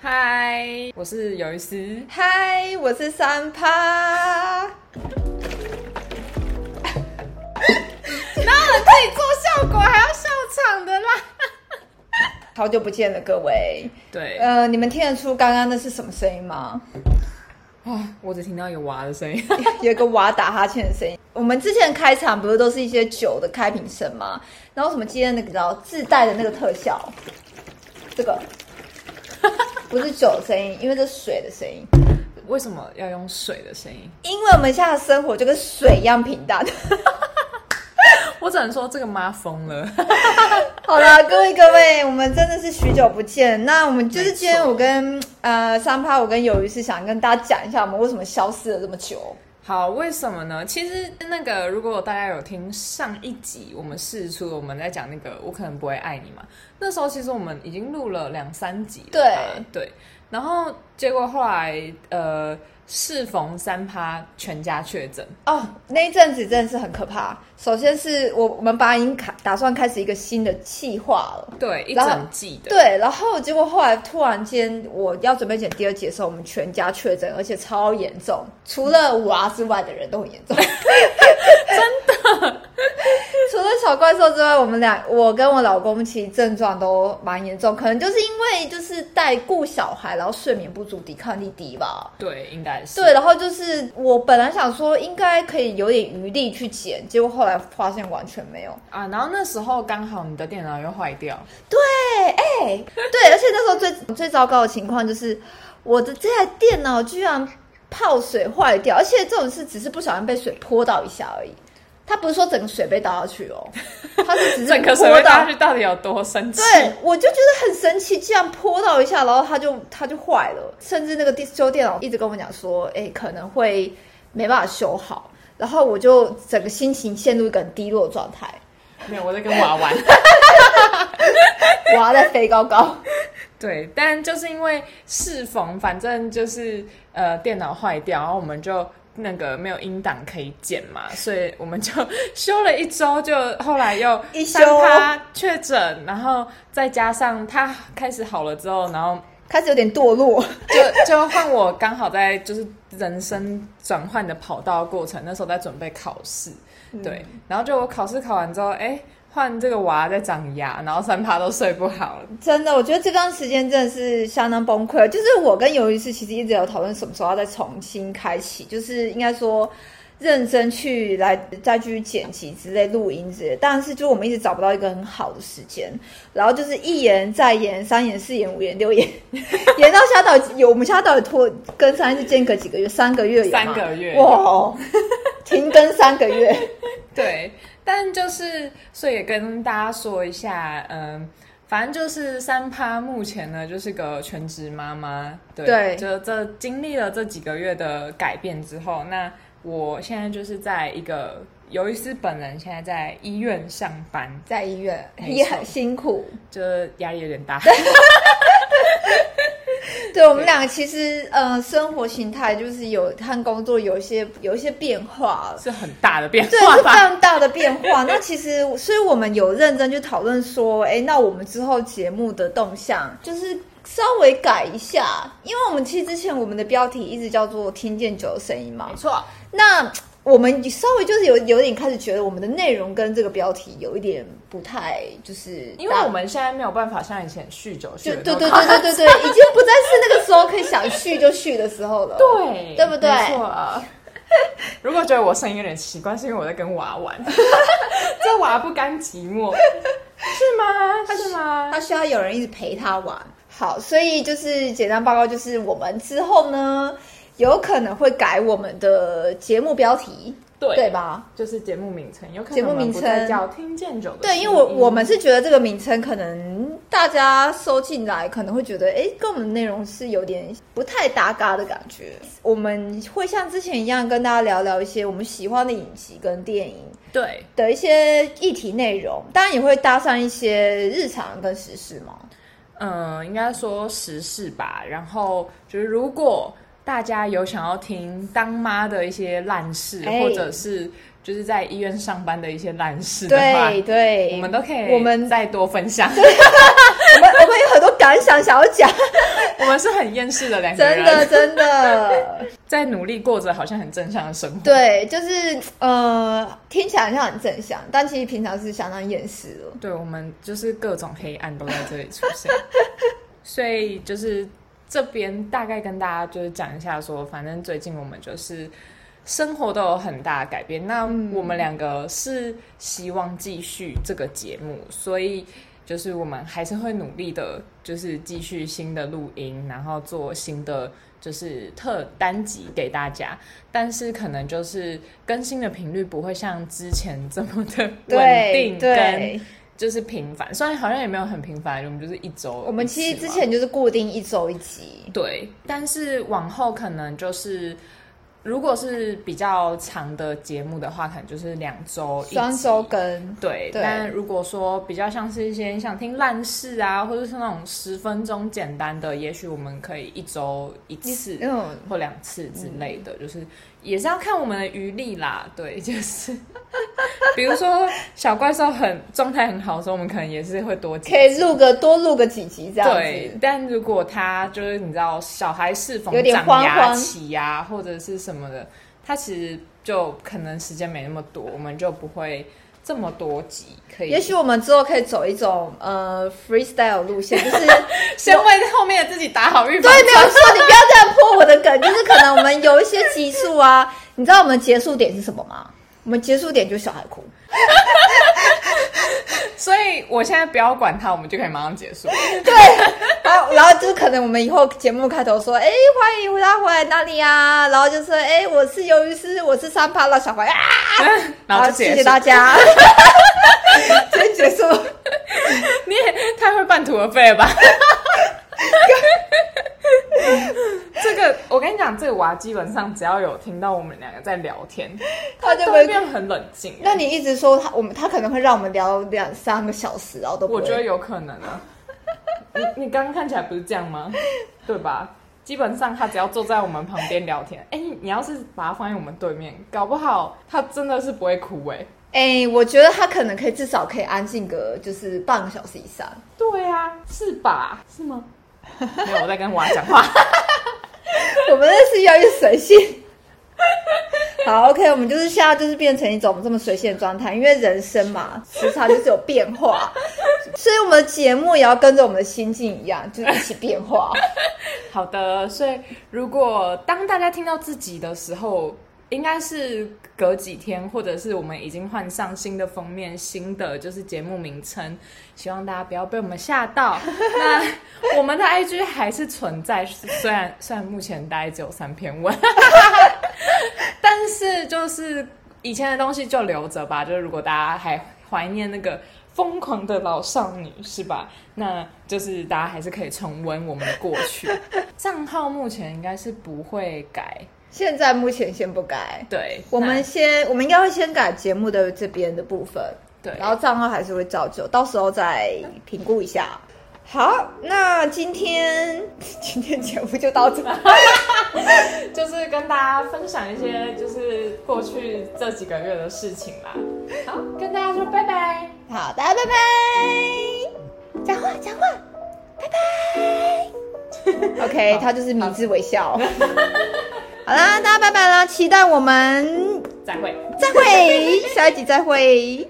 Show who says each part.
Speaker 1: 嗨，我是有一思。
Speaker 2: 嗨，我是三趴。
Speaker 1: 哪有人自己做效果还要笑场的啦？
Speaker 2: 好久不见了，各位。
Speaker 1: 对，
Speaker 2: 呃，你们听得出刚刚那是什么声音吗？
Speaker 1: 啊，我只听到有娃的声音。
Speaker 2: 有一个娃打哈欠的声音。我们之前开场不是都是一些酒的开瓶声吗？然后什么今天那个你知道自带的那个特效，这个不是酒的声音，因为这是水的声音。
Speaker 1: 为什么要用水的声音？
Speaker 2: 因为我们现在的生活就跟水一样平淡。
Speaker 1: 我只能说这个妈疯了。
Speaker 2: 好了，各位各位，我们真的是许久不见。那我们就是今天我跟呃三趴，我跟友鱼是想跟大家讲一下，我们为什么消失了这么久。
Speaker 1: 好，为什么呢？其实那个，如果大家有听上一集，我们试出我们在讲那个“我可能不会爱你”嘛，那时候其实我们已经录了两三集了吧对，然后结果后来呃，适逢三趴全家确诊，
Speaker 2: 哦，那一阵子真的是很可怕。首先是我我们本来已经开打算开始一个新的计划了，
Speaker 1: 对，一
Speaker 2: 然后
Speaker 1: 整季的，
Speaker 2: 对，然后结果后来突然间我要准备剪第二集的时候，我们全家确诊，而且超严重，除了娃之外的人都很严重，真的。除了小怪兽之外，我们俩我跟我老公其实症状都蛮严重，可能就是因为就是带顾小孩，然后睡眠不足，抵抗力低吧。
Speaker 1: 对，应该是
Speaker 2: 对，然后就是我本来想说应该可以有点余力去剪，结果后来发现完全没有。
Speaker 1: 啊。然后那时候刚好你的电脑又坏掉，
Speaker 2: 对，哎、对，而且那时候最最糟糕的情况就是我的这台电脑居然泡水坏掉，而且这种事只是不小心被水泼到一下而已，它不是说整个水被倒下去 哦，它是只是
Speaker 1: 整个水
Speaker 2: 泼
Speaker 1: 位
Speaker 2: 到
Speaker 1: 下。去到底有多生气？
Speaker 2: 对，我就觉得很神奇，竟然泼到一下，然后它就它就坏了，甚至那个修电脑一直跟我讲说，哎，可能会没办法修好，然后我就整个心情陷入一个很低落的状态，
Speaker 1: 没有，我在跟娃 玩。
Speaker 2: 我要在飞高高。
Speaker 1: 对，但就是因为适逢，反正就是呃电脑坏掉，然后我们就那个没有音档可以剪嘛，所以我们就修了一周，就后来又
Speaker 2: 一
Speaker 1: 三
Speaker 2: 休
Speaker 1: 趴确诊，然后再加上他开始好了之后，然后
Speaker 2: 开始有点堕落，
Speaker 1: 就就换我刚好在就是人生转换的跑道过程，那时候在准备考试，对，然后就我考试考完之后，哎，换这个娃在长牙，然后三趴都睡不好了，
Speaker 2: 真的，我觉得这段时间真的是相当崩溃。就是我跟尤医师其实一直有讨论什么时候要再重新开启，就是应该说认真去来再去剪辑之类、录音之类。但是就我们一直找不到一个很好的时间，然后就是一延再延，三延、四延、五延、六延， 延到现在到底有我们现在到底拖跟上一次间隔几个月？三个月有吗
Speaker 1: 三个月
Speaker 2: 哇，停更三个月。
Speaker 1: 对，但就是所以也跟大家说一下，嗯，反正就是三趴目前呢就是个全职妈妈，对，
Speaker 2: 对
Speaker 1: 就这经历了这几个月的改变之后，那我现在就是在一个尤医师本人现在在医院上班，
Speaker 2: 在医院
Speaker 1: 没错
Speaker 2: 也很辛苦，
Speaker 1: 就是压力有点 大，
Speaker 2: 对我们两个其实，呃，生活形态就是有和工作有一些有一些变化，
Speaker 1: 是很大的变
Speaker 2: 对，是
Speaker 1: 化
Speaker 2: 非
Speaker 1: 吧？
Speaker 2: 常大的变化。那其实，所以我们有认真去讨论说，哎，那我们之后节目的动向就是稍微改一下，因为我们其实之前我们的标题一直叫做“听见酒的声音”嘛，
Speaker 1: 错，
Speaker 2: 那我们稍微就是有有点开始觉得我们的内容跟这个标题有一点不太就是，
Speaker 1: 因为我们现在没有办法像以前酗酒酗
Speaker 2: 就
Speaker 1: 得那
Speaker 2: 对对
Speaker 1: 么夸
Speaker 2: 对对对对，已经不再是那个时候可以想续就续的时候了。
Speaker 1: 对，
Speaker 2: 对不对
Speaker 1: 没错 啊。如果觉得我声音有点奇怪，是因为我在跟娃 玩，这娃不甘寂寞，是吗？是吗
Speaker 2: 他？需要有人一直陪他玩。好，所以就是简单报告，就是我们之后呢，有可能会改我们的节目标题，
Speaker 1: 对
Speaker 2: 对吧？
Speaker 1: 就是节目名称，有可能
Speaker 2: 节目
Speaker 1: 我们
Speaker 2: 名
Speaker 1: 不
Speaker 2: 称
Speaker 1: 再叫《听见酒》的声
Speaker 2: 对，
Speaker 1: 音，
Speaker 2: 因为我我们是觉得这个名称可能大家收进来可能会觉得，哎，跟我们内容是有点不太搭嘎的感觉。我们会像之前一样跟大家聊聊一些我们喜欢的影集跟电影
Speaker 1: 对
Speaker 2: 的一些议题内容，当然也会搭上一些日常跟时事嘛。
Speaker 1: 嗯，应该说时事吧。然后就是，如果大家有想要听当妈的一些烂事，
Speaker 2: 哎
Speaker 1: 或者是就是在医院上班的一些烂事的话，
Speaker 2: 对对，
Speaker 1: 我们都可以，
Speaker 2: 我们
Speaker 1: 再多分享。
Speaker 2: 我们我们有很多感想想要讲，
Speaker 1: 我们是很厌世的两个
Speaker 2: 真
Speaker 1: 人，
Speaker 2: 的 真的，
Speaker 1: 在努力过着好像很正常的生活。
Speaker 2: 对，就是呃，听起来好像很正向，但其实平常是相当厌世了。
Speaker 1: 对，我们就是各种黑暗都在这里出 现，所以就是这边大概跟大家就是讲一下说，反正最近我们就是生活都有很大的改变。那
Speaker 2: 嗯
Speaker 1: 我们两个是希望继续这个节目，所以就是我们还是会努力的，就是继续新的录音，然后做新的。就是特单集给大家，但是可能就是更新的频率不会像之前这么的稳
Speaker 2: 对
Speaker 1: 定跟
Speaker 2: 对，
Speaker 1: 就是频繁，虽然好像也没有很频繁，我们就是一周一次嘛。
Speaker 2: 我们其实之前就是固定一周一集。
Speaker 1: 对，但是往后可能就是，如果是比较长的节目的话，可能就是两周、一集
Speaker 2: 双周。更，
Speaker 1: 对，
Speaker 2: 对
Speaker 1: 但如果说比较像是一些你想听烂事啊，或者是那种十分钟简单的，也许我们可以一周一次
Speaker 2: 嗯，
Speaker 1: 或两次之类的，就是也是要看我们的余力啦。对， 就是比如说小怪兽很状态很好的时候，我们可能也是会多几
Speaker 2: 可以录个多录个几集这样
Speaker 1: 对
Speaker 2: 子，。
Speaker 1: 但如果他就是你知道小孩是否
Speaker 2: 有点
Speaker 1: 长
Speaker 2: 慌
Speaker 1: 牙
Speaker 2: 慌
Speaker 1: 期呀、或者是什么的，他其实就可能时间没那么多，我们就不会这么多集可以。
Speaker 2: 也许我们之后可以走一种呃 freestyle 路线， 就是
Speaker 1: 先为后面的自己打好预防
Speaker 2: 对，没有错，你不要这样破我的梗。就是可能我们有一些集数啊，你知道我们结束点是什么吗？我们结束点就是小孩哭。
Speaker 1: 所以我现在不要管他，我们就可以马上结束。
Speaker 2: 对，然后然后就是可能我们以后节目开头说，哎，欢迎回到回来哪里啊？然后就说，哎，我是鱿鱼丝，我是三趴老小孩啊，
Speaker 1: 然后就结束。
Speaker 2: 谢谢 大家，先结束。
Speaker 1: 你也太会办土耳费了吧？ 这个我跟你讲，这个娃基本上只要有听到我们两个在聊天，
Speaker 2: 他就
Speaker 1: 都
Speaker 2: 会
Speaker 1: 会变很冷静。
Speaker 2: 那你一直说他，我们他可能会让我们聊两三个小时，然啊后都不
Speaker 1: 我
Speaker 2: 会
Speaker 1: 觉得有可能啊。你你刚刚看起来不是这样吗？对吧？基本上他只要坐在我们旁边聊天，哎、你你要是把他放在我们对面，搞不好他真的是不会哭哎、
Speaker 2: 哎、我觉得他可能可以至少可以安静个就是半个小时以上。
Speaker 1: 对啊，是吧？是吗？ 没有，我在跟娃讲话。
Speaker 2: 我们那是越来越随性。 好，OK，我们就是现在就是变成一种这么随性的状态，因为人生嘛，时常就是有变化， 所以我们的节目也要跟着我们的心境一样，就是一起变化。
Speaker 1: 好的，所以如果当大家听到自己的时候，应该是隔几天，或者是我们已经换上新的封面、新的就是节目名称，希望大家不要被我们吓到。那我们的 IG 还是存在，虽然虽然目前大概只有三篇文，但是就是以前的东西就留着吧。就是如果大家还怀念那个疯狂的老少女，是吧？那就是大家还是可以重温我们的过 去。账号目前应该是不会改，
Speaker 2: 现在目前先不改，
Speaker 1: 对，
Speaker 2: 我们先，我们应该会先改节目的这边的部分，
Speaker 1: 对
Speaker 2: 然后账号还是会照旧，到时候再评估一下。好，那今天 今天节目就到这。
Speaker 1: 那就是跟大家分享一些就是过去这几个月的事情啦。好，跟大家说拜拜。
Speaker 2: 好的，拜拜。讲话，讲话，拜拜。OK，他就是迷之微笑。好啦，大家拜拜啦，期待我们
Speaker 1: 再会。
Speaker 2: 再会，下一集再会。